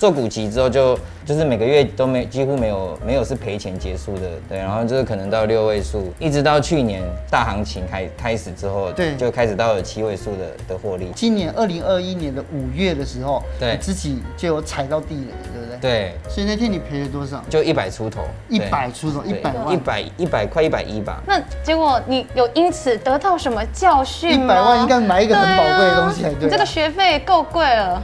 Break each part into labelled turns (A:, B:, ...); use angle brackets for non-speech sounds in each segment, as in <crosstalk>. A: 做股期之后就就是每个月都没几乎没有没有是赔钱结束的，对，然后就是可能到六位数，一直到去年大行情开开始之后，
B: 对
A: 就开始到了七位数的的获利。
B: 今年二零二一年的五月的时候，
A: 对
B: 你自己就有踩到地雷，对不对？。
A: 对，
B: 所以那天你赔了多少？
A: 就一百出头，
B: 一百出头，一百
A: 一
B: 万，
A: 百一百快一百一吧。
C: 那结果你有因此得到什么教训吗？
B: 100万应该买一个很宝贵的东西才对啊
C: 你这个学费够贵了。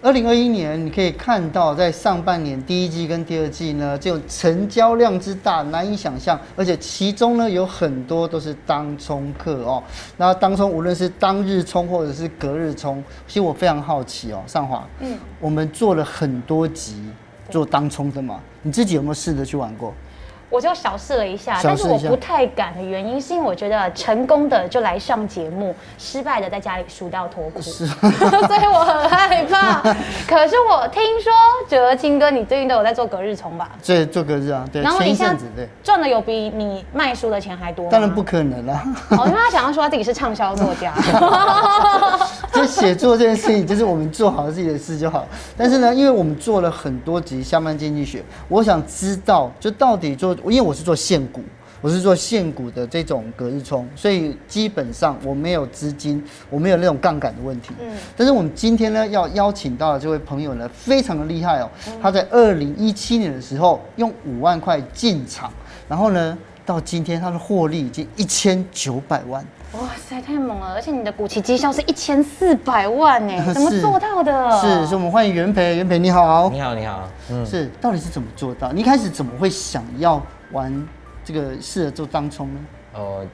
B: 二零二一年，你可以看到，在上半年第一季跟第二季呢，就成交量之大难以想象，而且其中呢有很多都是当冲客哦。那当冲无论是当日冲或者是隔日冲，其实我非常好奇哦，尚华，嗯，我们做了很多集做当冲的嘛，你自己有没有试着去玩过？
D: 我就小试了一下，
B: 小
D: 但是
B: 试一
D: 我
B: 下
D: 不太敢的原因是因为我觉得成功的就来上节目，失败的在家里数到脱裤，所以我很害怕。可是我听说哲青哥，你最近都有在做隔日冲吧？
B: 这做隔日啊，对，
D: 然后
B: 前
D: 你
B: 一
D: 现
B: 阵
D: 在
B: 子对，
D: 赚的有比你卖书的钱还多吗？
B: 当然不可能啦。
D: 哦，因为他想要说他自己是畅销作家。
B: <laughs> 就写作这件事情，就是我们做好自己的事就好。但是呢，因为我们做了很多集下半经济学，我想知道就到底做，因为我是做现股。我是做现股的这种隔日冲，所以基本上我没有资金，我没有那种杠杆的问题。嗯，但是我们今天呢，要邀请到的这位朋友呢，非常的厉害哦。他在二零一七年的时候用五万块进场，然后呢，到今天他的获利已经一千九百万。
D: 哇塞，太猛了！而且你的股旗绩效是一千四百万
A: <laughs>
D: 哎，怎么
B: 是
D: 做到的？
B: 是，所以我们欢迎元培，元培你好。
A: 你好，你好，嗯，
B: 是，到底是怎么做到？你一开始怎么会想要玩这个适合做当冲呢？
A: 哦，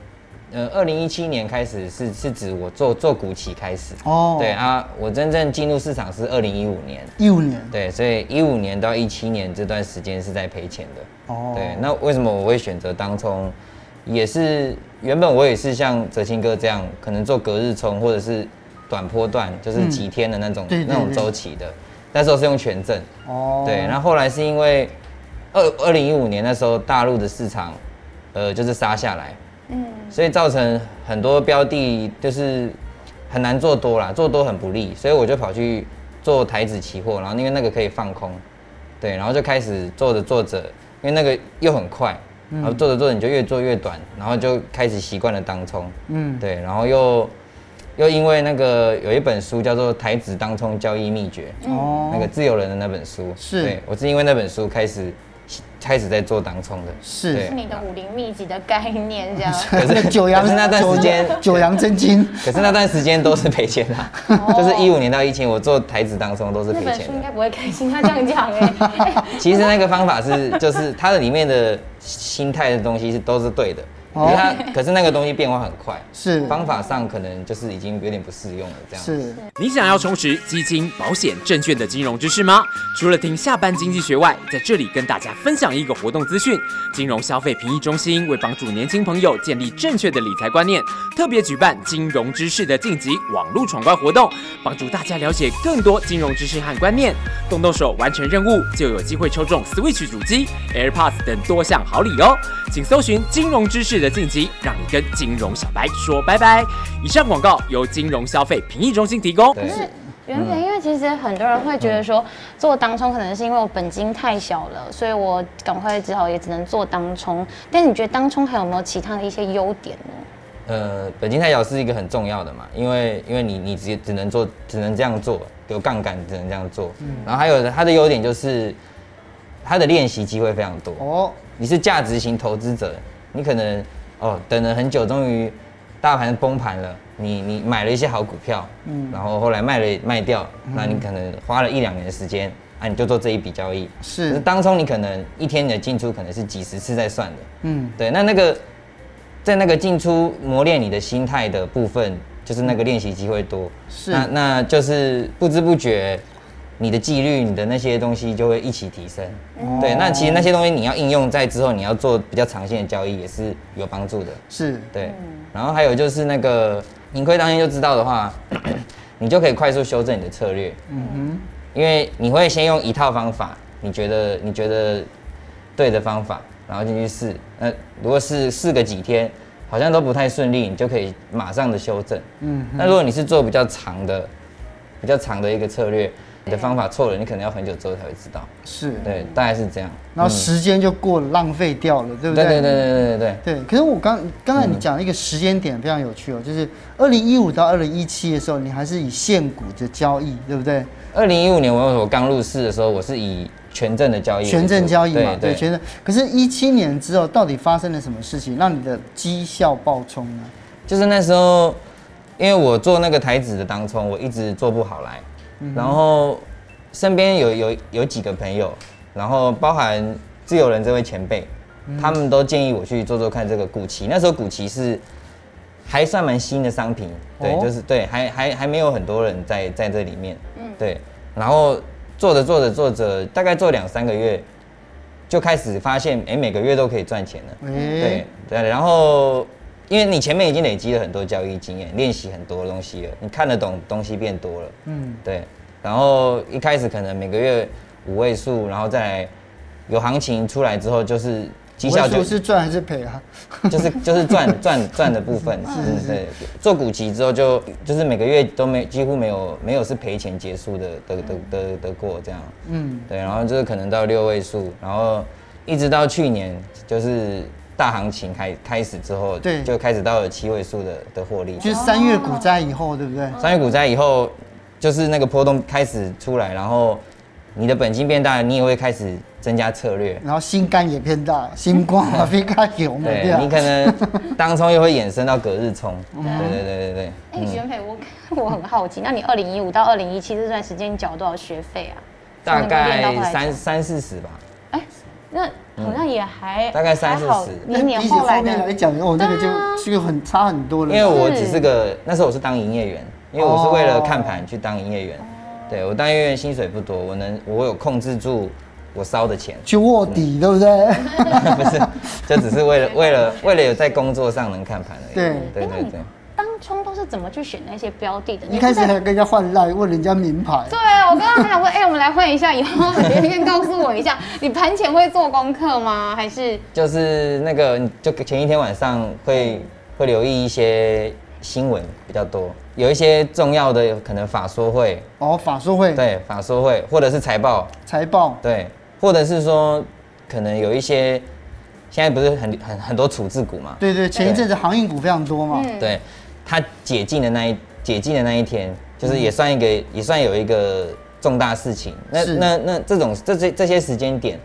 A: 呃，二零一七年开始是是指我做做股期开始，
B: 哦
A: 对啊，我真正进入市场是二零一五年，
B: 一五年，
A: 对，所以一五年到一七年这段时间是在赔钱的，
B: 哦
A: 对，那为什么我会选择当冲？也是原本我也是像哲清哥这样，可能做隔日冲或者是短波段，就是几天的那种、
B: 嗯对对
A: 那种
B: 对
A: 周期的，那时候是用权证，
B: 哦，
A: 对，然后后来是因为二二零一五年那时候大陆的市场，呃，就是杀下来，嗯，所以造成很多标的就是很难做多啦，做多很不利，所以我就跑去做台子期货，然后因为那个可以放空，对，然后就开始做着做着，因为那个又很快，
B: 嗯
A: 然后做着做着你就越做越短，然后就开始习惯了当冲，
B: 嗯，
A: 对，然后又又因为那个有一本书叫做《台子当冲交易秘诀》，
B: 哦
A: 那个自由人的那本书，
B: 是
A: 对我是因为那本书开始开始在做当冲的，
B: 是
A: 对
D: 是你的武林秘籍的概念这样。
B: 那个九阳
A: <laughs> 可是那段时间
B: 九九阳真经，
A: 可是那段时间都是赔钱的
B: <laughs>
A: 啊、就是一五年到一七，我做台子当冲都是
D: 那
A: 赔
D: 本
A: 钱
D: 书应
A: 的。
D: 该不会开心，他这样讲
A: <laughs>
D: 哎、
A: 其实那个方法是， <laughs> 就是它的里面的心态的东西是都是对的，可是它可是那个东西变化很快，
B: 是
A: 方法上可能就是已经有点不适用了这样。
B: 是
E: 你想要充实基金、保险、证券的金融知识吗？除了听下班经济学外，在这里跟大家分享一个活动资讯：金融消费评议中心为帮助年轻朋友建立正确的理财观念，特别举办金融知识的晋级网络闯关活动，帮助大家了解更多金融知识和观念。动动手完成任务，就有机会抽中 Switch 主机、AirPods 等多项好礼哦！请搜寻“金融知识的晋级”，让你跟金融小白说拜拜。以上广告由金融消费评议中心提供。
A: 对，
D: 原本因为其实很多人会觉得说做当冲可能是因为我本金太小了，所以我赶快只好也只能做当冲。但你觉得当冲还有没有其他的一些优点呢？
A: 呃，本金太小是一个很重要的嘛，因为因为你你只只能做，只能这样做，有杠杆只能这样做。然后还有它的优点就是它的练习机会非常多。
B: 哦，
A: 你是价值型投资者，你可能哦等了很久，终于大盘崩盘了，你你买了一些好股票，嗯，然后后来卖了卖掉，那你可能花了一两年的时间，啊你就做这一笔交易。
B: 是
A: 可是当中你可能一天你的进出可能是几十次在算的，
B: 嗯，
A: 对，那那个在那个进出磨练你的心态的部分，就是那个练习机会多。
B: 是
A: 那那就是不知不觉，你的纪律、你的那些东西就会一起提升。
B: 哦
A: 对，那其实那些东西你要应用在之后，你要做比较长线的交易也是有帮助的。
B: 是
A: 对，然后还有就是那个盈亏当天就知道的话， <clears throat> 你就可以快速修正你的策略。嗯哼，因为你会先用一套方法，你觉得你觉得对的方法，然后进去试。那如果是试个几天，好像都不太顺利，你就可以马上的修正。嗯，那如果你是做比较长的、比较长的一个策略，你的方法错了，你可能要很久之后才会知道。
B: 是，
A: 对，大概是这样。
B: 然后时间就过了，浪费掉了，对不
A: 对
B: 对？
A: 对对对对对对。
B: 对，可是我刚刚才你讲了一个时间点非常有趣哦，就是二零一五到二零一七的时候，你还是以现股的交易，对不对？
A: 二零一五年我我刚入市的时候，我是以权证的交易为主，
B: 权证交易嘛，对
A: 对
B: 权证。可是，一七年之后到底发生了什么事情，让你的绩效爆冲呢？
A: 就是那时候，因为我做那个台子的当冲，我一直做不好来，然后身边有有有几个朋友，然后包含自由人这位前辈，他们都建议我去做做看这个古奇。那时候古奇是还算蛮新的商品，对，
B: 哦
A: 就是对，还还还没有很多人在在这里面，对，然后做着做着做着，大概做两三个月，就开始发现，哎、每个月都可以赚钱了。
B: 哎
A: 对，对，然后因为你前面已经累积了很多交易经验，练习很多东西了，你看得懂东西变多了，
B: 嗯，
A: 对。然后一开始可能每个月五位数，然后再来有行情出来之后，就是绩
B: 我
A: 效
B: 会
A: 就
B: 说是赚还是赔啊？
A: 就是就是赚赚赚的部分，嗯，对。做股期之后就就是每个月都没几乎没有没有是赔钱结束的的的的的过这样，
B: 嗯，
A: 对，然后就是可能到六位数，然后一直到去年就是大行情开开始之后，
B: 对
A: 就开始到了七位数的的获利。
B: 就是三月股灾以后，对不对？
A: 商业股灾以后，就是那个波动开始出来，然后你的本金变大，你也会开始增加策略。
B: 然后心肝也变大，心光啊变开有没
A: 对你
B: 有？
A: 可能当冲又会衍生到隔日冲，对对对对对。
D: 哎，袁培，我 <laughs> 我很好奇，那你二零一五到二零一七这段时间，你缴多少学费啊？
A: 大
D: 从你们
A: 概
D: 练到后来
A: 三三四十吧，
D: 哎，那好像也还
A: 大概三四十
D: 还好
B: 那
D: 你
A: <laughs>
D: 年
B: 比起
D: 后来
B: 后面来哎
D: 的
B: 讲，哦，那个就这个很差很多了。，
A: 因为我只是个那时候我是当营业员，因为我是为了看盘去当营业员。对我当营业员薪水不多，我能我有控制住我烧的钱 <laughs>
B: 去卧底，对不对？
A: 不是，就只是为了为了为了有在工作上能看盘而已。
B: 对
A: 对对对，
D: 当冲都是怎么去选那些标的的？
B: 一
D: 你
B: 开始
D: 是在啊
B: 还跟人家换赖，问人家名牌。
C: 对，我刚刚还
D: <laughs>
C: 想问，哎、我们来换一下，以后别人告诉我一下，你盘前会做功课吗？还是
A: 就是那个你就前一天晚上会会留意一些新闻比较多，有一些重要的可能法说会，
B: 哦，法说会、
A: 对法说会或者是财报，
B: 财报，
A: 对，或者是说可能有一些现在不是很很很多处置股嘛，
B: 对对，前一阵子航运股非常多
D: 嗯
B: 嘛。
A: 哦对，他解禁的那一解禁的那一天，就是也算一个、也算有一个重大事情。那
B: 是
A: 那那这种这这这些时间点，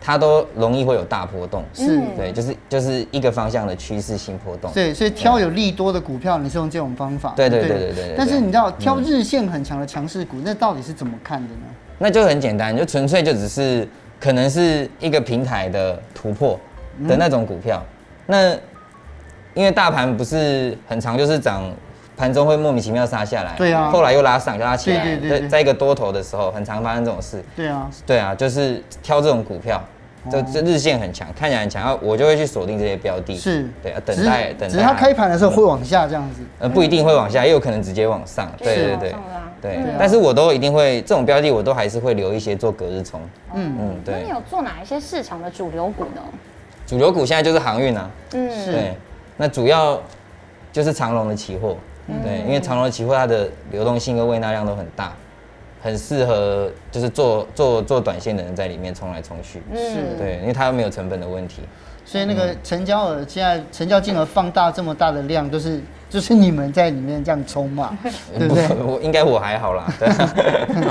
A: 它都容易会有大波动。
D: 嗯
B: 是
A: 对，就是就是一个方向的趋势性波动。
B: 对，所以挑有利多的股票，你是用这种方法。
A: 对对
B: 不
A: 对对对对
B: 但是
A: 对嗯
B: 你知道挑日线很强的强势股，那到底是怎么看的呢？
A: 那就很简单，就纯粹就只是可能是一个平台的突破
B: 嗯
A: 的那种股票。那因为大盘不是很长，就是涨，盘中会莫名其妙杀下来，
B: 对啊
A: 后来又拉上，又拉起来，
B: 对对对对
A: 在一个多头的时候，很常发生这种事。
B: 对啊，
A: 对啊，就是挑这种股票，
B: 哦
A: 就这日线很强，看起来很强，然后我就会去锁定这些标的。
B: 是。
A: 对啊，
B: 只
A: 等
B: 是
A: 待等待。
B: 只是它开盘的时候会往下这样子。
A: 呃，不一定会往下，也有可能直接往上。对
D: 是
A: 对
D: 往
A: 对
D: 上拉
A: 对，但是我都一定会这种标的，我都还是会留一些做隔日冲。嗯嗯，
D: 那
A: 对
D: 你，有做哪一些市场的主流股呢？嗯
A: 主流股现在就是航运啊，
B: 是
A: 对，那主要就是长隆的期货，对，因为长隆的期货它的流动性跟未纳量都很大，很适合就是做做做短线的人在里面冲来冲去。
D: 嗯
B: 是。
A: 对，因为它没有成本的问题。
B: 所以那
A: 嗯
B: 个成交额现在成交金额放大这么大的量，都是 <laughs> 就是你们在里面这样冲嘛，
A: 嗯
B: 对不对？
A: <laughs> 我我应该我还好啦，对啊，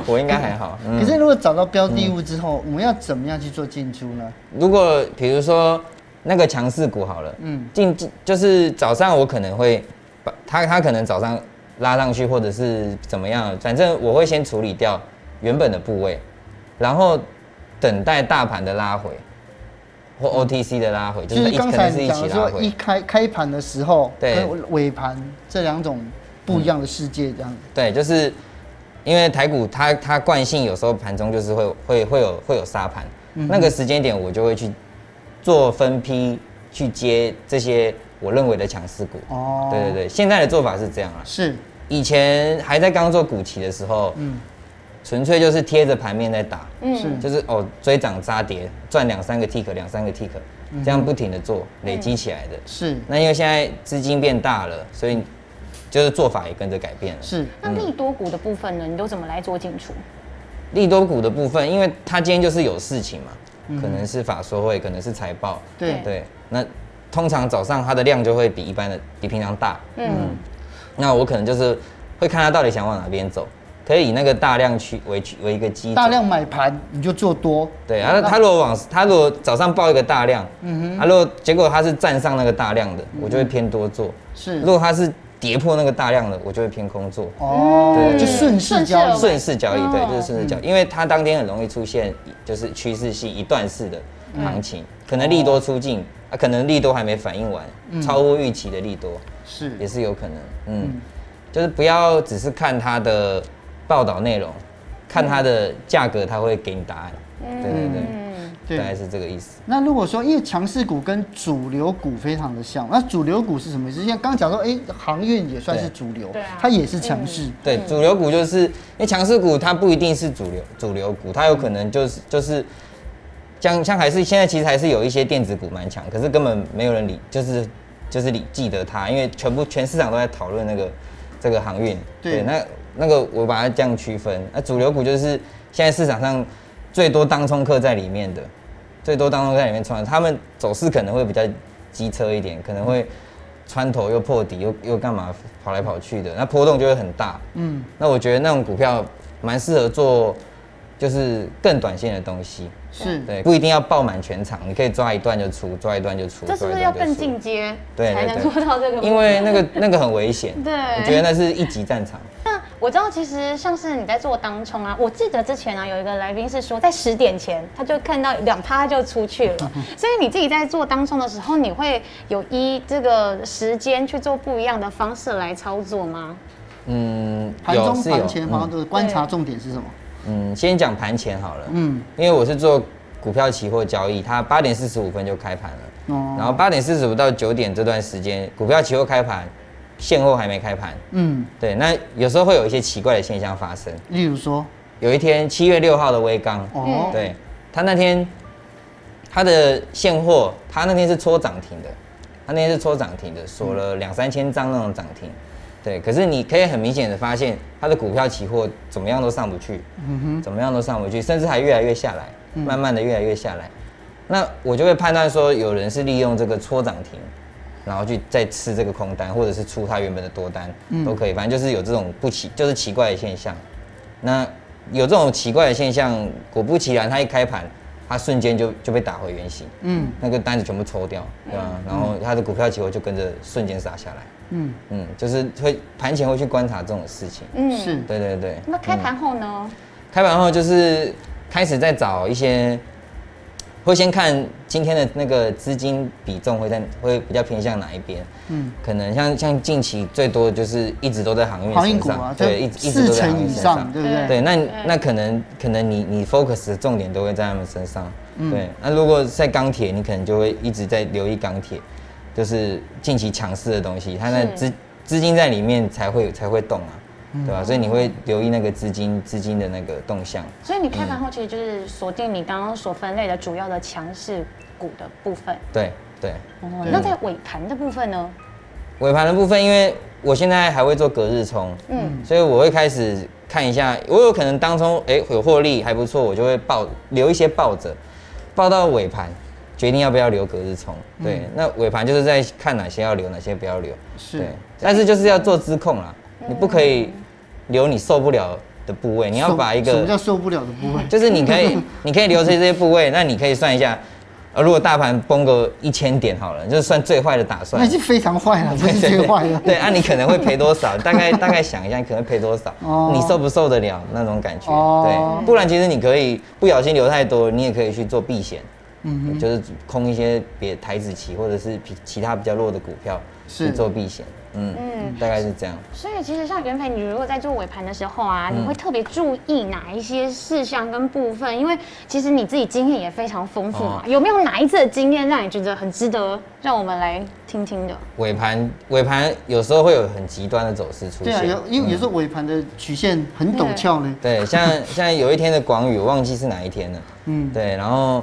A: 我应该还好。嗯
B: 可是如果找到标的物之后，我们要怎么样去做进出呢？
A: 如果比如说那个强势股好了，嗯，进进就是早上我可能会把它，它可能早上拉上去或者是怎么样，反正我会先处理掉原本的部位，然后等待大盘的拉回或 OTC 的拉回，就
B: 就是是
A: 一
B: 嗯刚
A: 可
B: 才
A: 能是
B: 你
A: 一
B: 讲
A: 起
B: 的
A: 拉
B: 说，一
A: 回，
B: 开开盘的时候
A: 对
B: 跟尾盘这两种不一样的世界，这样子。
A: 对，就是因为台股它它惯性有时候盘中就是会会会有会有沙盘，那个时间点我就会去做分批去接这些我认为的强势股。嗯
B: 哦，
A: 对对，对，现在的做法是这样啦。
B: 是
A: 以前还在刚做股期的时候，嗯，纯粹就是贴着盘面在打，
B: 是
D: 嗯
A: 就是哦追涨杀跌，赚两三个 tick，两三个 tick，这样不停的做，累积起来的。
B: 是
A: 那因为现在资金变大了，所以就是做法也跟着改变了。
B: 是，
D: 那利多股的部分呢，你都怎么来做进出？
A: 利多股的部分，因为它今天就是有事情嘛，可能是法说会，可能是财报，
B: 对
A: 对，那通常早上它的量就会比一般的比平常大，嗯，那我可能就是会看它到底想往哪边走，可以以那个大量区为区为一个基准，
B: 大量买盘你就做多，
A: 对，啊，它如果往它如果早上报一个大量，嗯哼，啊，如果结果它是站上那个大量的，我就会偏多做，
B: 是
A: 如果它是跌破那个大量的，我就会偏空做，
B: 嗯哦，
A: 对
B: 就顺势交易，
A: 嗯顺势交易，对，就是顺势交易，因为它当天很容易出现就是趋势性一段式的行情，可能利多出尽，啊，可能利多还没反应完，超乎预期的利多也
B: 是
A: 是有可能，嗯，就是不要只是看它的报道内容，看它的价格，它会给你答案，对
D: 嗯
A: 对对，大概
B: 对。
A: 是这个意思。
B: 那如果说，因为强势股跟主流股非常的像，那主流股是什么意思？像刚刚讲说，哎，航运也算是主流
D: 对啊，
B: 它也是强势，
A: 对，主流股就是因为强势股，它不一定是主流主流股，它有可能就是就是像像还是现在其实还是有一些电子股蛮强，可是根本没有人理，就是就是理记得它，因为全部全市场都在讨论那个这个航运。
B: 对
A: 那那个我把它这样区分，那主流股就是现在市场上最多当冲客在里面的，最多当中在里面穿，他们走势可能会比较机车一点，可能会穿头又破底又又干嘛跑来跑去的，那波动就会很大。嗯，那我觉得那种股票蛮适合做，就是更短线的东西。
B: 是
A: 对，不一定要爆满全场，你可以抓一段就出，抓一段就出。
D: 这是不
A: 抓
D: 是
A: 一
D: 要
A: 段就
D: 更
A: 出
D: 进阶
A: 对对
D: 才能
A: 对
D: 做到这个？
A: 因为那个 <laughs> 那个很危险。
C: 对
A: 我觉得那是一级战场。
D: 那我知道，其实像是你在做当冲啊，我记得之前啊有一个来宾是说，在十点前他就看到两趴就出去了，所以你自己在做当冲的时候，你会有依这个时间去做不一样的方式来操作吗？
A: 嗯，
B: 盘
A: 有
B: 中
A: 是有
B: 盘。前
A: 嗯
B: 盘后都是观察重点是什么？
A: 嗯，先讲盘前好了。
B: 嗯
A: 嗯，因为我是做股票期货交易，它八点四十五分就开盘了。
B: 哦
A: 然后八点四十五到九点这段时间，股票期货开盘，现货还没开盘。
B: 嗯，
A: 对，那有时候会有一些奇怪的现象发生。
B: 例如说，
A: 有一天七月六号的微钢，
B: 哦，
A: 对，它那天它的现货，它那天是戳涨停的，它那天是戳涨停的，锁了两三千张那种涨停。对，可是你可以很明显的发现，它的股票期货怎么样都上不去，怎么样都上不去，甚至还越来越下来，慢慢的越来越下来。那我就会判断说，有人是利用这个戳涨停，然后去再吃这个空单，或者是出它原本的多单，都可以。反正就是有这种不奇，就是奇怪的现象。那有这种奇怪的现象，果不其然，它一开盘，它瞬间就就被打回原形，
B: 嗯
A: 那个单子全部抽掉，对吧、然后它的股票期货就跟着瞬间杀下来。
B: 嗯，
A: 嗯，就是会盘前会去观察这种事情。
B: 是
A: 对对对。
D: 嗯那开盘后呢？
A: 开盘后就是开始在找一些，会先看今天的那个资金比重会在会比较偏向哪一边。嗯，可能像像近期最多的就是一直都在航运
B: 航运
A: 身
B: 股
A: 上，
B: 啊，
A: 对，
B: 就
A: 一直一直
B: 四
A: 都在航
B: 成
A: 运
B: 以
A: 身
B: 上，
A: 上。
B: 对不对？
A: 对，那你那可能可能你你 focus 的重点都会在他们身上。对，那如果在钢铁，你可能就会一直在留意钢铁，就是近期强势的东西，它那资资金在里面才会才会动啊，对吧、所以你会留意那个资金资金的那个动向。
D: 所以你开盘后其实就是锁定你刚刚所分类的主要的强势股的部分。
A: 对对，
D: 哦，那在尾盘的部分呢？
A: 尾盘的部分，因为我现在还会做隔日冲，嗯，所以我会开始看一下，我有可能当中哎、有获利还不错，我就会抱留一些抱着，抱到尾盘，决定要不要留隔日冲。
B: 嗯
A: 对，那尾盘就是在看哪些要留，哪些不要留。
B: 是嗯
A: 对，但是就是要做资控啦，你不可以留你受不了的部位，你要
B: 受
A: 把一
B: 什么叫
A: 个，
B: 受不了的部位？
A: <laughs> 就是你可
B: <laughs>
A: 以你可以留出这些部位，那你可以算一下。呃，如果大盘崩个一千点好了，就是算最坏的打算。
B: 那已经非常坏了，不是最坏了。
A: 对啊，你可能会赔多少？ <laughs> 大概大概想一下，你可能会赔多少？
B: 哦
A: 你受不受得了那种感觉？
B: 哦
A: 对，不然其实你可以不小心留太多，你也可以去做避险，嗯，就是空一些别台子期或者是其其他比较弱的股票
B: 是
A: 去做避险，嗯，大概是这样。
D: 所以其实像袁培，你如果在做尾盘的时候啊，
B: 嗯
D: 你会特别注意哪一些事项跟部分？因为其实你自己经验也非常丰富
B: 啊
D: 嘛，
A: 哦
D: 有没有哪一次的经验让你觉得很值得让我们来听听的？
A: 尾盘尾盘有时候会有很极端的走势出
B: 对啊，
A: 现，
B: 有因为有时候尾盘的曲线很陡峭呢。
D: <laughs>
A: 对，像像有一天的广宇，我忘记是哪一天了。嗯，对，然后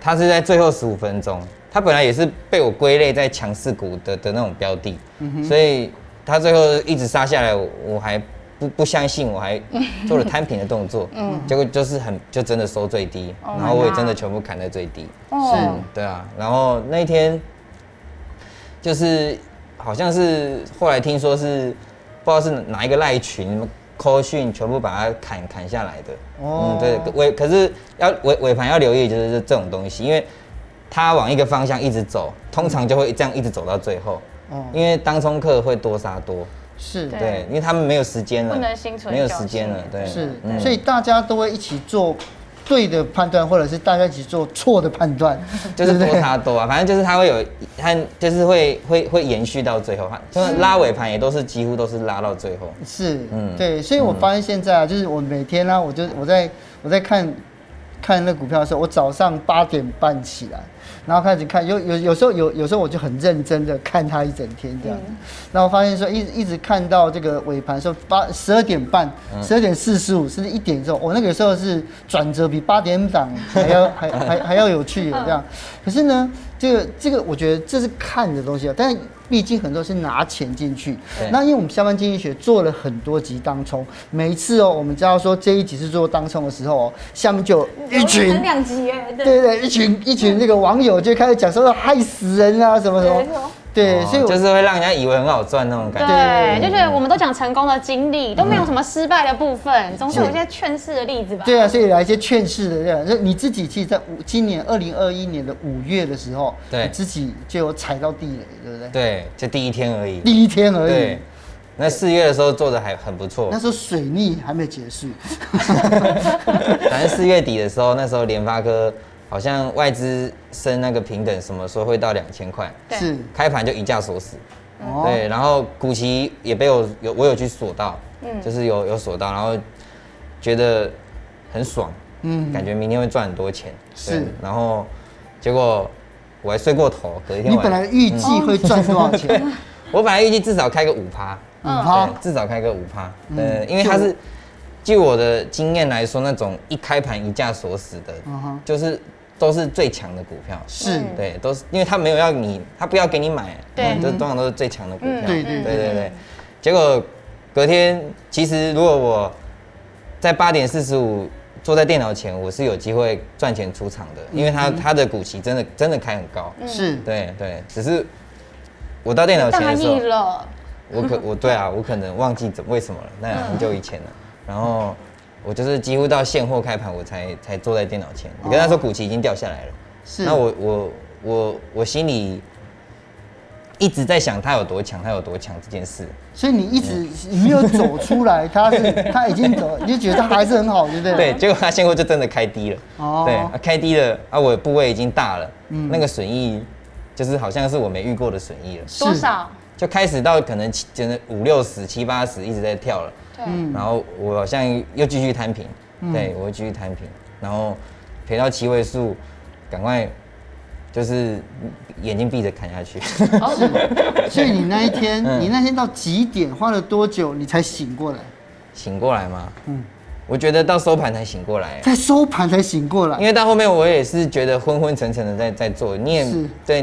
A: 他是在最后十五分钟，它本来也是被我归类在强势股的的那种标的，
D: 嗯
A: 所以它最后一直杀下来，我我还不不相信，我还做了摊平的动
D: <laughs>
A: 作，结果就是很就真的收最低，
D: 嗯 Oh my
A: 然后我也
D: God
A: 真的全部砍在最低，
D: 哦，
A: 对啊，然后那一天就是好像是后来听说是不知道是哪一个赖群。扣讯全部把它砍砍下来的，
B: 哦
A: 嗯，对，尾可是要尾尾盘要留意，就是这种东西，因为它往一个方向一直走，通常就会这样一直走到最后，
B: 哦
A: 因为当冲客会多杀多，
B: 是
D: 对
A: 对，因为他们没有时间了，
D: 不能心存
A: 没有
D: 侥
A: 时间
D: 幸
A: 了，对，
B: 是，
A: 嗯
B: 所以大家都会一起做对的判断，或者是大家一起做错的判断，
A: 就是
B: 对
A: 多
B: 不对
A: 杀多
B: <laughs>
A: 啊，反正就是它会有，它就是会会会延续到最后，它就是拉尾盘也都是几乎都是拉到最后。
B: 是，
A: 嗯
B: 对，所以我发现现在啊，就是我每天呢、我就我在我在看看那股票的时候，我早上八点半起来，然后开始看，有有有时候有有时候我就很认真的看它一整天这样子，然后发现说一直一直看到这个尾盘的时候，八十二点半、
A: 嗯
B: 十二点四十五甚至一点的时候，哦我、那个时候是转折比八点档还
A: <laughs>
B: 要还还还要有趣有这样，可是呢，这个这个我觉得这是看的东西啊，但是毕竟很多是拿钱进去
A: 对，
B: 那因为我们下班经济学做了很多集当冲，每一次哦，我们知道说这一集是做当冲的时候哦，下面就有一群
D: 很两极耶，对
B: 对对，一群一群那个网友就开始讲说害死人啊什么什
D: 没
B: 么，
D: 错。
B: 对，
A: 哦
B: 所以我
A: 就是会让人家以为很好赚那种感觉。
D: 对，就是我们都讲成功的经历，都没有什么失败的部分，总是有一些劝世的例子吧。
B: 对啊，所以来一些劝世的这样，就你自己其实，在五今年二零二一年的五月的时候，
A: 对
B: 你自己就有踩到地雷，对不对？
A: 对，就第一天而已。
B: 第一天而已
A: 对，，那四月的时候做的还很不错
B: 那，时候水逆还没结束，
A: 反正四月底的时候，那时候联发科好像外资升那个平等，什么时候会到两千块，
D: 对
B: 是
A: 开盘就一价锁死。
B: 哦，
A: 对，然后股息也被我有我有去锁到，
B: 嗯
A: 就是有有锁到，然后觉得很爽，
B: 嗯
A: 感觉明天会赚很多钱，对
B: 是
A: 然后结果我还睡过头，隔一天
B: 你
A: 晚
B: 本来
A: 上，
B: 预计会赚多少钱？
A: 我本来预计至少开个五趴，
B: 五趴
A: 对，至少开个五趴，
B: 嗯
A: 呃，因为它是据我的经验来说，那种一开盘一价锁死的
B: 嗯哼，
A: 就是都是最强的股票，
B: 是
A: 对，都是因为他没有要你，他不要给你买，
D: 对
A: 嗯就通常都是最强的股票，
D: 嗯
B: 对
A: 对
B: 对对
A: 对对。结果隔天，其实如果我在八点四十五坐在电脑前，我是有机会赚钱出场的，
B: 嗯
A: 因为他他的股息真的真的开很高，
D: 嗯
B: 是，
A: 对对，只是我到电脑前
C: 大
A: 的时
C: 意
A: 候，
C: 了，
A: 我可我对啊，我可能忘记怎为什么了，那很久以前了。然后我就是几乎到现货开盘，我才才坐在电脑前。你跟他说股期已经掉下来了，
B: 是
A: 那我我我我心里一直在想他有多强，他有多强这件事。
B: 所以你一直
A: 嗯
B: 你没有走出来，他是他已经走，你就觉得他还是很好，对不对？
A: <laughs> 对，结果他现货就真的开低了。
B: 哦
A: 对，啊开低了啊，我的部位已经大了，那个损益就是好像是我没遇过的损益了。
B: 是
D: 多少？
A: 就开始到可能七真的五六十、七八十一直在跳了，
C: 对
B: 嗯
A: 然后我好像又继续摊平，对我又继续摊平，然后赔到七位数，赶快就是眼睛闭着砍下去，
B: 所以你那一天，
A: 嗯
B: 你那天到几点，花了多久，你才醒过来？
A: 醒过来嘛，我觉得到收盘才醒过来，啊
B: <laughs> 在收盘才醒过来
A: 因。为到后面我也是觉得昏昏沉沉的在在做，你也
B: 是
A: 对，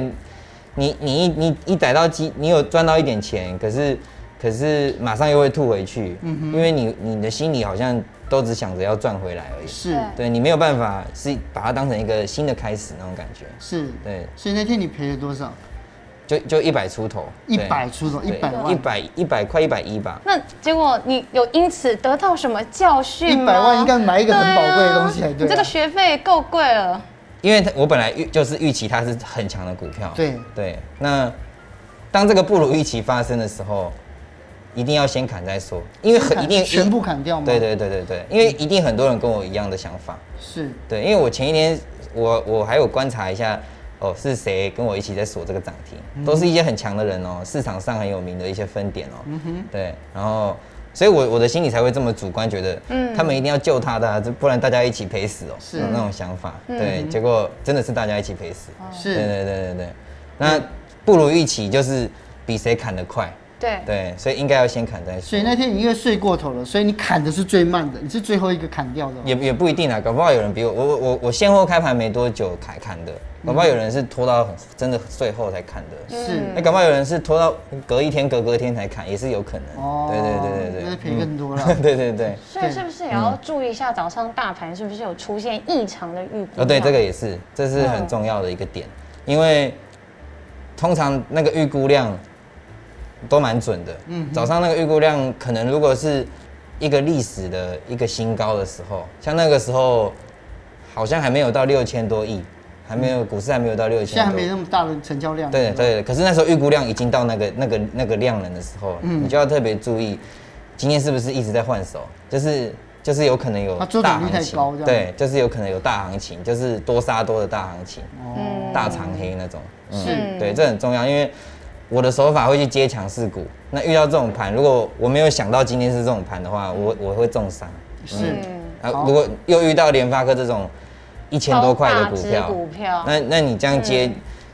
A: 你你一你一逮到鸡，你有赚到一点钱，可是可是马上又会吐回去，因为你你的心里好像都只想着要赚回来而已，
B: 是
C: 对
A: 对你没有办法是把它当成一个新的开始那种感觉，
B: 是，
A: 对，
B: 所以那天你赔了多少？
A: 就就一百出头，
B: 一百出头，一百
A: 一
B: 万，
A: 百一百快一百一吧，
D: 那结果你有因此得到什么教
B: 一
D: 训吗？
B: 百万应该买一个很
D: 对啊
B: 宝贵的东西才对
D: 你这
B: 啊
D: 个。学费够贵了，
A: 因为它我本来预就是预期它是很强的股票，
B: 对
A: 对，那当这个不如预期发生的时候，一定要先砍再说，因为很一定
B: 全部砍掉吗？
A: 对，对对对对，因为一定很多人跟我一样的想法，
B: 是
A: 对，因为我前一天我我还有观察一下，哦，是谁跟我一起在锁这个涨
B: 嗯
A: 停，都是一些很强的人哦，市场上很有名的一些分点哦，
B: 嗯
A: 对，然后。所以我，我的心里才会这么主观，觉得，他们一定要救他的啊、这不然大家一起赔死哦，
B: 是嗯
A: 有那种想法。对，结果真的是大家一起赔死。对
B: 是嗯
A: 对对对对，那不如预期，就是比谁砍得快。
C: 对，
A: 对，所以应该要先砍再说。
B: 所以那天你因为睡过头了，所以你砍的是最慢的，你是最后一个砍掉的哦。
A: 也也不一定啊，搞不好有人比我，我我我我现货开盘没多久砍砍的，搞不好有人是拖到很真的最后才砍的，
D: 嗯
B: 是
A: 那搞不好有人是拖到隔一天、隔隔天才砍，也是有可能。
B: 哦，
A: 对对对
B: 那
A: 对对，
B: 就赔更多了。
A: <laughs> 对对对，
D: 所以是不是也要注意一下早上大盘是不是有出现异常的预估？啊
A: 哦对，这个也是，这是很重要的一个点，
B: 嗯
A: 因为通常那个预估量都蛮准的。嗯，早上那个预估量可能如果是一个历史的一个新高的时候，像那个时候好像还没有到六千多亿，还没有股市还没有到六
B: 现在
A: 千
B: 还
A: 多
B: 没。那么大的成交量。
A: 对
B: 是吧，
A: 对，可是那时候预估量已经到那个那个那个量能的时候，
B: 嗯
A: 你就要特别注意，今天是不是一直在换手，就是就是有可能有
B: 它周
A: 大
B: 转率
A: 行
B: 太
A: 情
B: 高这，样
A: 对，就是有可能有大行情，就是多杀多的大行情，
B: 哦
A: 大长黑那种，嗯，对，这很重要，因为我的手法会去接强势股，那遇到这种盘，如果我没有想到今天是这种盘的话，我我会重伤，
B: 是
D: 嗯
A: 啊，如果又遇到联发科这种一千多块的股
D: 超大
A: 票，
D: 只股票嗯
A: 那那你这样接，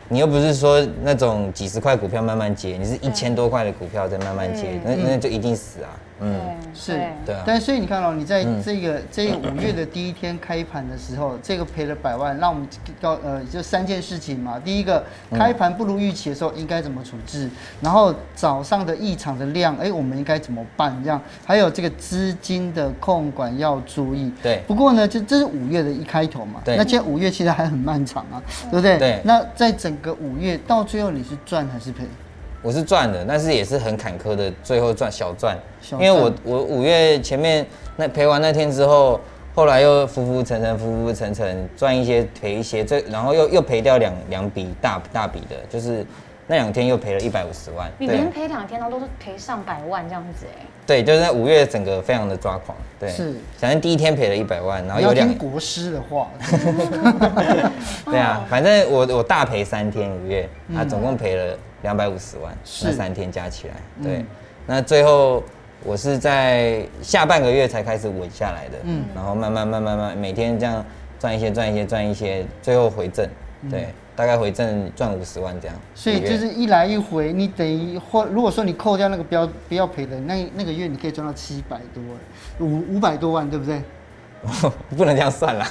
A: 你又不是说那种几十块股票慢慢接，
D: 嗯
A: 你是一千多块的股票再慢慢接，那那就一定死啊。嗯，
B: 是
A: 对啊嗯
B: 但所以你看哦，你在这个、这个五月的第一天开盘的时
A: <coughs>
B: 候，这个赔了百万，那我们告呃就三件事情嘛。第一个，
A: 嗯
B: 开盘不如预期的时候应该怎么处置？然后早上的异常的量，哎，我们应该怎么办？这样，还有这个资金的控管要注意。
A: 对
B: 不过呢，这这是五月的一开头嘛。
A: 对
B: 那今天五月其实还很漫长啊，对不对？
A: 对
B: 那在整个五月到最后，你是赚还是赔？
A: 我是赚的，但是也是很坎坷的，最后赚小赚，
B: 小
A: 因
B: 赚
A: 为我我五月前面那赔完那天之后，后来又浮浮沉沉，浮浮沉沉赚一些赔一些，这然后又又赔掉两两笔大大笔的，就是那两天又赔了一百五十万。
D: 你
A: 对
D: 连赔两天都都是赔上百万这样子哎、
A: 对，就是在五月整个非常的抓狂，对，
B: 是
A: 反正第一天赔了一百万，然后
B: 你
A: 有
B: 要
A: 两
B: 听，国师的话，
A: 对
B: 哦
A: 啊，反正我我大赔三天五月，
B: 嗯
A: 啊，总共赔了两百五十万，那三天加起来，
B: 嗯
A: 对，那最后我是在下半个月才开始稳下来的，嗯，然后慢慢慢慢慢每天这样赚一些赚一些赚一些，最后回正，对，大概回正赚五十万这样，
B: 嗯所以
A: 一个
B: 就
A: 月
B: 是一来一回，你等于或如果说你扣掉那个标不要赔的，那那个月你可以赚到七百多，五五百多万，对不对？
A: <laughs> 不能这样算啦，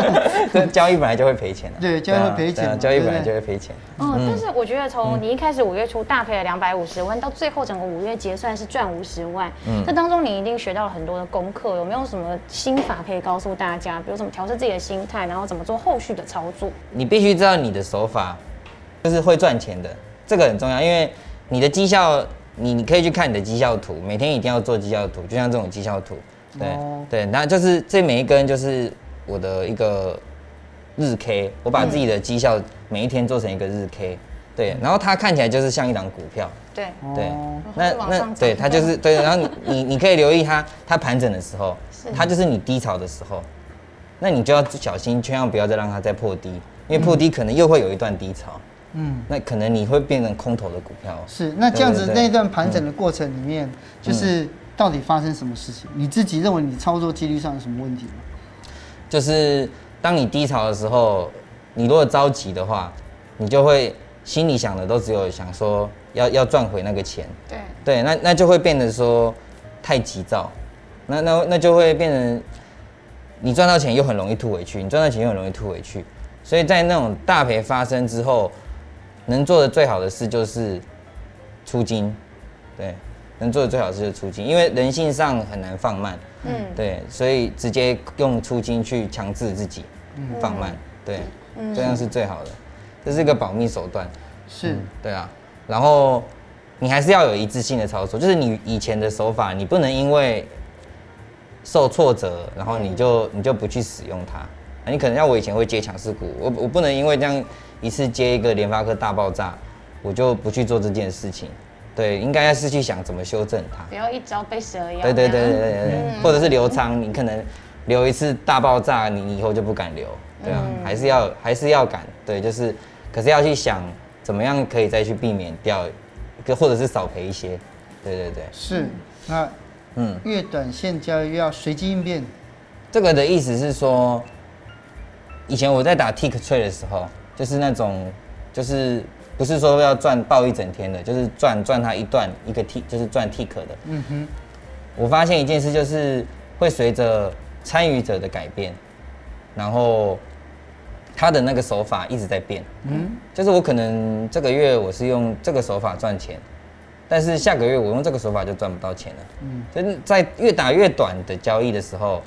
A: <laughs> 这交易本来就会赔钱啊
B: 对交易会赔钱
A: 对啊
B: 嘛
A: 交易
B: 对不
A: 本来
B: 对
A: 就会赔钱。
D: 哦，但是我觉得从你一开始五月初大赔了两百五十万，到最后整个五月结算是赚五十万，这当中你一定学到了很多的功课，有没有什么心法可以告诉大家？比如怎么调试自己的心态，然后怎么做后续的操作？
A: 你必须知道你的手法，就是会赚钱的，这个很重要，因为你的绩效，你你可以去看你的绩效图，每天一定要做绩效图，就像这种绩效图，对、
B: 哦
A: 对，那就是这每一根就是我的一个日 K，我把自己的绩效每一天做成一个日 K，对，然后它看起来就是像一档股票，
D: 对，
A: 对
B: 哦，
A: 那
D: 往上
A: 那
D: 涨
A: 对它就是对，然后你你你可以留意它，它盘整的时候，它就是你低潮的时候，那你就要小心，千万不要再让它再破低，因为破低可能又会有一段低潮，
B: 嗯，
A: 那可能你会变成空头的股票哦。
B: 是。那这样
A: 对
B: 子
A: 对对嗯
B: 那段盘整的过程里面，就是到底发生什么事情？你自己认为你操作纪律上有什么问题吗？
A: 就是当你低潮的时候，你如果着急的话，你就会心里想的都只有想说要要赚回那个钱，
C: 对，
A: 对，那那就会变得说太急躁，那那那就会变成你赚到钱又很容易吐回去，你赚到钱又很容易吐回去，所以在那种大赔发生之后，能做的最好的事就是出金，对，能做的最好的事就是出金，因为人性上很难放慢，嗯，对，所以直接用出金去强制自己放慢，对，这样是最好的，这是一个保密手段。
B: 是，
A: 对啊，然后你还是要有一致性的操作，就是你以前的手法，你不能因为受挫折，然后你就你就不去使用它。啊你可能像我以前会接强势股，我我不能因为这样一次接一个联发科大爆炸，我就不去做这件事情。对，应该是去想怎么修正它。
D: 不要一招被蛇咬。
A: 对对对对对对对，或者是留仓，你可能留一次大爆炸，你以后就不敢留，对啊，还是要还是要敢，对，就是，可是要去想怎么样可以再去避免掉，就或者是少赔一些，对对对，
B: 是。那
A: 嗯，
B: 越短线交易越要随机应变，
A: 这个的意思是说，以前我在打 tick trade 的时候，就是那种就是不是说要赚报一整天的，就是赚赚它一段一个 T，就是赚 tick 的。嗯哼，我发现一件事就是会随着参与者的改变，然后他的那个手法一直在变。嗯，就是我可能这个月我是用这个手法赚钱，但是下个月我用这个手法就赚不到钱了。嗯，就是在越打越短的交易的时候，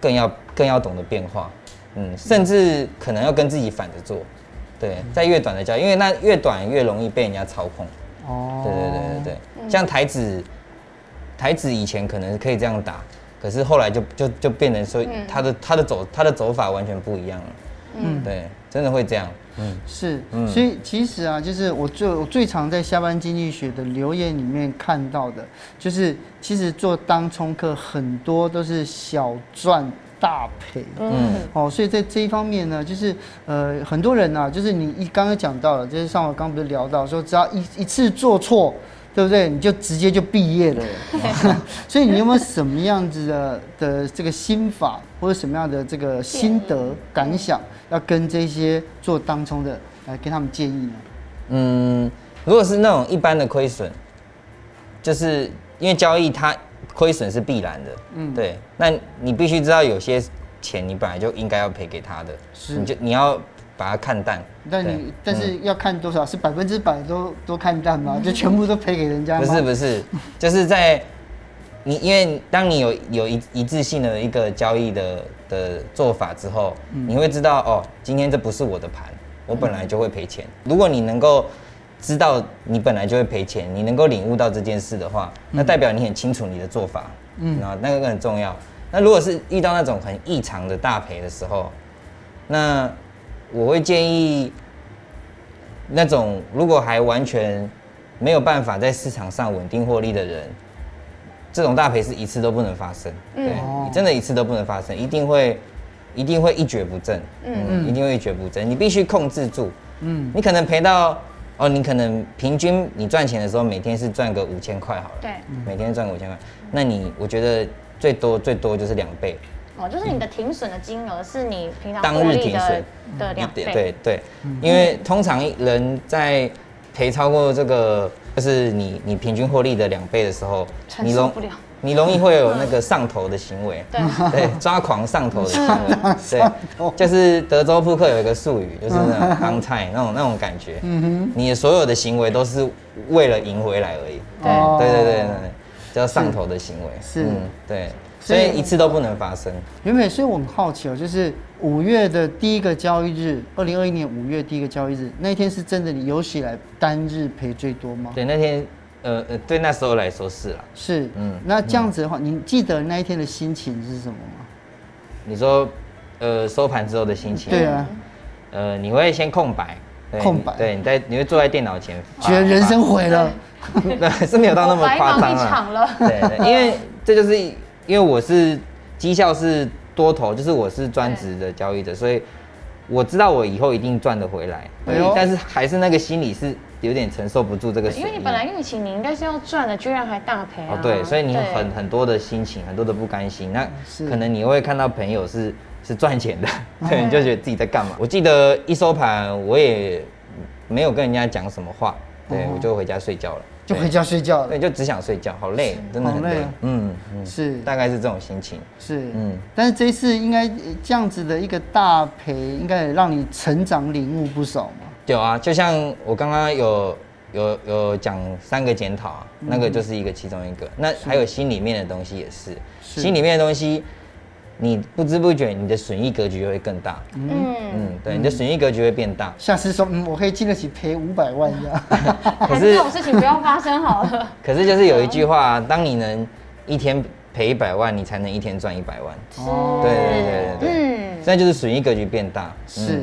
A: 更要更要懂得变化。嗯，甚至可能要跟自己反着做。对，在越短的交易，因为那越短越容易被人家操控。
B: 哦
A: 对对对对对，像台子，台子以前可能可以这样打，可是后来就就就变成说他的他的走他的走法完全不一样了。嗯，对，真的会这样。嗯，
B: 是，所以其实啊，就是我最我最常在下班经济学的留言里面看到的，就是其实做当冲客很多都是小赚大赔，嗯，哦，所以在这一方面呢，就是呃，很多人啊，就是你一刚刚讲到了，就是上我刚不是聊到说，只要一一次做错。对不对？你就直接就毕业了， <laughs> 所以你有没有什么样子的的这个心法，或者什么样的这个心得感想，要跟这些做当冲的来跟他们建议呢？
A: 嗯，如果是那种一般的亏损，就是因为交易它亏损是必然的，嗯，对，那你必须知道有些钱你本来就应该要赔给他的，
B: 是
A: 你就你要把它看淡。
B: 但
A: 对嗯
B: 你但是要看多少？是百分之百都都看淡吗？就全部都赔给人家
A: 不
B: 吗？
A: 是不是，就是在你因为当你有有一一致性的一个交易的的做法之后，
B: 嗯
A: 你会知道哦，今天这不是我的盘，我本来就会赔钱。如果你能够知道你本来就会赔钱，你能够领悟到这件事的话，
B: 嗯
A: 那代表你很清楚你的做法，嗯，啊，那个很重要。那如果是遇到那种很异常的大赔的时候，那我会建议那种如果还完全没有办法在市场上稳定获利的人，这种大赔是一次都不能发生。对，真的一次都不能发生，一定会一定会一蹶不振。嗯，一定会一蹶不振，你必须控制住。嗯，你可能赔到。哦，你可能平均你赚钱的时候，每天是赚个五千块好了。
C: 对，
A: 每天赚五千块，那你我觉得最多最多就是两倍。
D: 哦，就是你的停损的金额是你平常
A: 当
D: 获
A: 日
D: 利
A: 停
D: 的
A: 损
D: 的两
A: 对
D: 倍，哦
A: 对对，
B: 嗯
A: 因为通常人在赔超过这个，就是你你平均获利的两倍的时候，
C: 承
A: 你
C: 受
A: 容
C: 不了
A: 你容易会有那个上头的行为，
C: 对
A: 对，抓狂上头的行
C: <laughs>
A: 为，对，就是德州扑克有一个术语，就是那种当菜那种那种感觉，
B: 嗯
A: 你的所有的行为都是为了赢回来而已，
B: 哦
A: 对对对对对，叫上头的行为，嗯
B: 是
A: 对，
B: 所
A: 所
B: 以
A: 以一次都不能发生。
B: 原本，所以我很好奇哦，就是五月的第一个交易日，二零二一年五月第一个交易日那一天是真的你有史以来单日赔最多吗？
A: 对，那天呃呃，对那时候来说是啦。
B: 是，嗯，那这样子的话，你记得那一天的心情是什么吗？
A: 你说，呃，收盘之后的心情？
B: 对啊，，
A: 呃，你会先空白，对
B: 空白
A: 对，你在你会坐在电脑前发，
B: 觉得人生毁了，
A: 发是没有 <laughs> 到那么
C: 白
A: 夸
C: 忙
A: 张
C: 一
A: 啊
C: 场。了。
A: 对，对因
B: <laughs>
A: 为这就是因为我是绩效是多头，就是我是专职的交易者，所以我知道我以后一定赚得回来，
B: 哎呦
A: 但是还是那个心理是有点承受不住这个水
D: <laughs> 因
A: 逆。
D: 为你本来预期你应该是要赚的，居然还大赔啊！
A: 哦，对，所以你
D: 对
A: 很很多的心情，很多的不甘心，那
B: 嗯是
A: 可能你会看到朋友是是赚钱
B: <laughs>
A: 的，对，你就觉得自己在干嘛？我记得一收盘，我也没有跟人家讲什么话，对、我就回家睡觉了，
B: 哦就回家睡觉了
A: 对，。就只想睡觉，好累，真的
B: 好
A: 很
B: 累
A: 累
B: 啊，
A: 嗯嗯，
B: 是
A: 大概是这种心情。
B: 是，嗯
A: 嗯，
B: 但是这一次应该呃这样子的一个大赔，应该也让你成长领悟不少嘛。
A: 有啊，就像我刚刚有有有讲三个检讨啊，那个就是一个其中一个。那还有心里面的东西也是，
B: 是
A: 心里面的东西，你不知不觉你的损益格局会更大。嗯对，你的损益格局会变大。
B: 下次说，嗯，我可以经得起赔五百万这样。 <laughs>
A: 可
D: 还是
A: 是
D: 这种事情不要发生好
A: <laughs>
D: 了。
A: 可是就是有一句话、啊，当你能一天赔一百万，你才能一天赚一百万。
D: 哦，
A: 对对对对对，
D: 嗯，
A: 那就是损益格局变大。嗯
B: 是，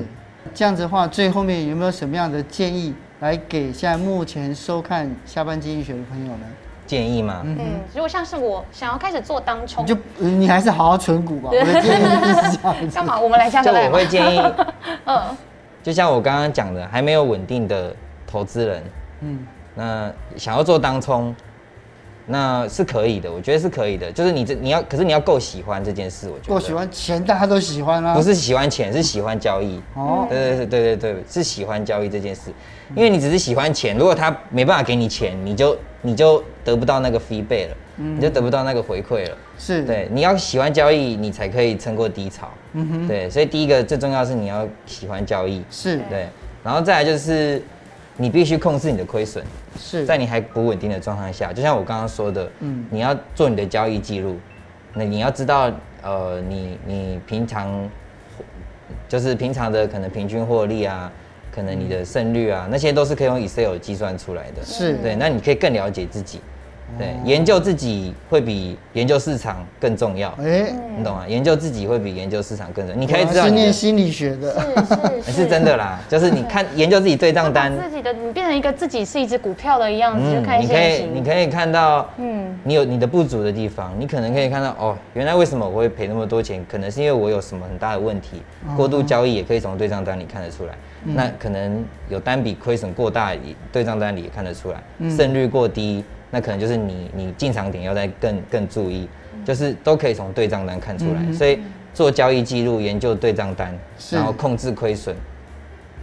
B: 这样子的话，最后面有没有什么样的建议来给现在目前收看下半经济学的朋友呢？
A: 建议嘛，
D: 嗯，如果像是我想要开始做当冲
B: 你，就呃你还是好好存 <laughs> 股吧。我的建议就是这样子。
D: 干嘛？我们来加
A: 就
D: 个赖
A: 我
D: 吧
A: 会建议，
D: 嗯，
A: 就像我刚刚讲的，还没有稳定的投资人，
B: 嗯，
A: 那想要做当冲，那是可以的，我觉得是可以的，就是你这你要，可是你要够喜欢这件事，我觉得
B: 够喜，欢钱，大家都喜欢啊啦、
A: 不是喜欢钱，是喜欢交易。
B: 哦，
A: 对对对对对对，是喜欢交易这件事，因为你只是喜欢钱，如果他没办法给你钱，你就你就得不到那个 feedback 了，你就得不到那个回馈了。
B: 是，
A: 对，你要喜欢交易，你才可以撑过低潮。嗯哼，对，所以第一个最重要是你要喜欢交易，
B: 是
A: 对，然后再来就是你必须控制你的亏损，
B: 是，
A: 在你还不稳定的状态下，就像我刚刚说的，嗯，你要做你的交易记录，那你要知道，呃，你你平常就是平常的可能平均获利啊，可能你的胜率啊，那些都是可以用 Excel 计算出来的。
B: 嗯是哦
A: 对，那你可以更了解自己，对，研究自己会比研究市场更重要，
B: 哎，
A: 你懂吗？研究自己会比研究市场更重要，你可以知
B: 我
A: 道
B: 是
A: 你
B: 念
A: 的
B: 心理学的，
D: 是是
A: 是真的啦，就是你
B: <laughs>
A: 看研究自己对账
D: 把
A: 单，嗯
D: 自己的你变成一个自己是一只股票的样子，就看
A: 你
D: 现
A: 可以
D: 行。
A: 你可以看到，
D: 嗯
A: 嗯，你有你的不足的地方，你可能可以看到哦，原来为什么我会赔那么多钱，可能是因为我有什么很大的问题，过度交易也可以从对账单里看得出来。那可能有单笔亏损过大，也对账单里也看得出来，胜率过低，那可能就是你你进场点要再更更注意，就是都可以从对账单看出来，所以。做交易记录，研究对账单，
B: 是
A: 然后控制亏损，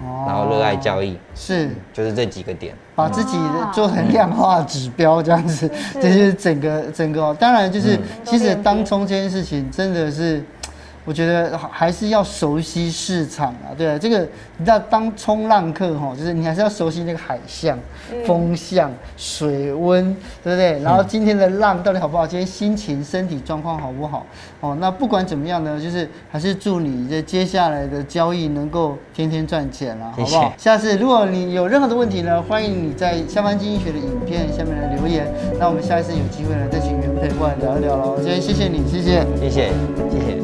A: 然
B: 然
A: 后热爱交易，
B: 是
A: 就是这几个点。
B: 把自己的做成量化指标这样子，这就是整个整个哦。当然就是，
A: 嗯
B: 其实当冲这件事情真的是，我觉得还是要熟悉市场啊。对啊，这个你知道当冲浪客哈，就是你还是要熟悉那个海象、风向、水温，对不
A: 嗯
B: 对？然后今天的浪到底好不好？今天心情、身体状况好不好？哦，那不管怎么样呢，就是还是祝你这接下来的交易能够天天赚钱啦，好
A: 谢
B: 不
A: 谢
B: 好？下次如果你有任何的问题呢，欢迎你在下班经济学的影片下面来留言。那我们下一次有机会呢，再请原配过来聊一聊喽。今天谢谢你，谢谢。
A: 谢谢，谢谢。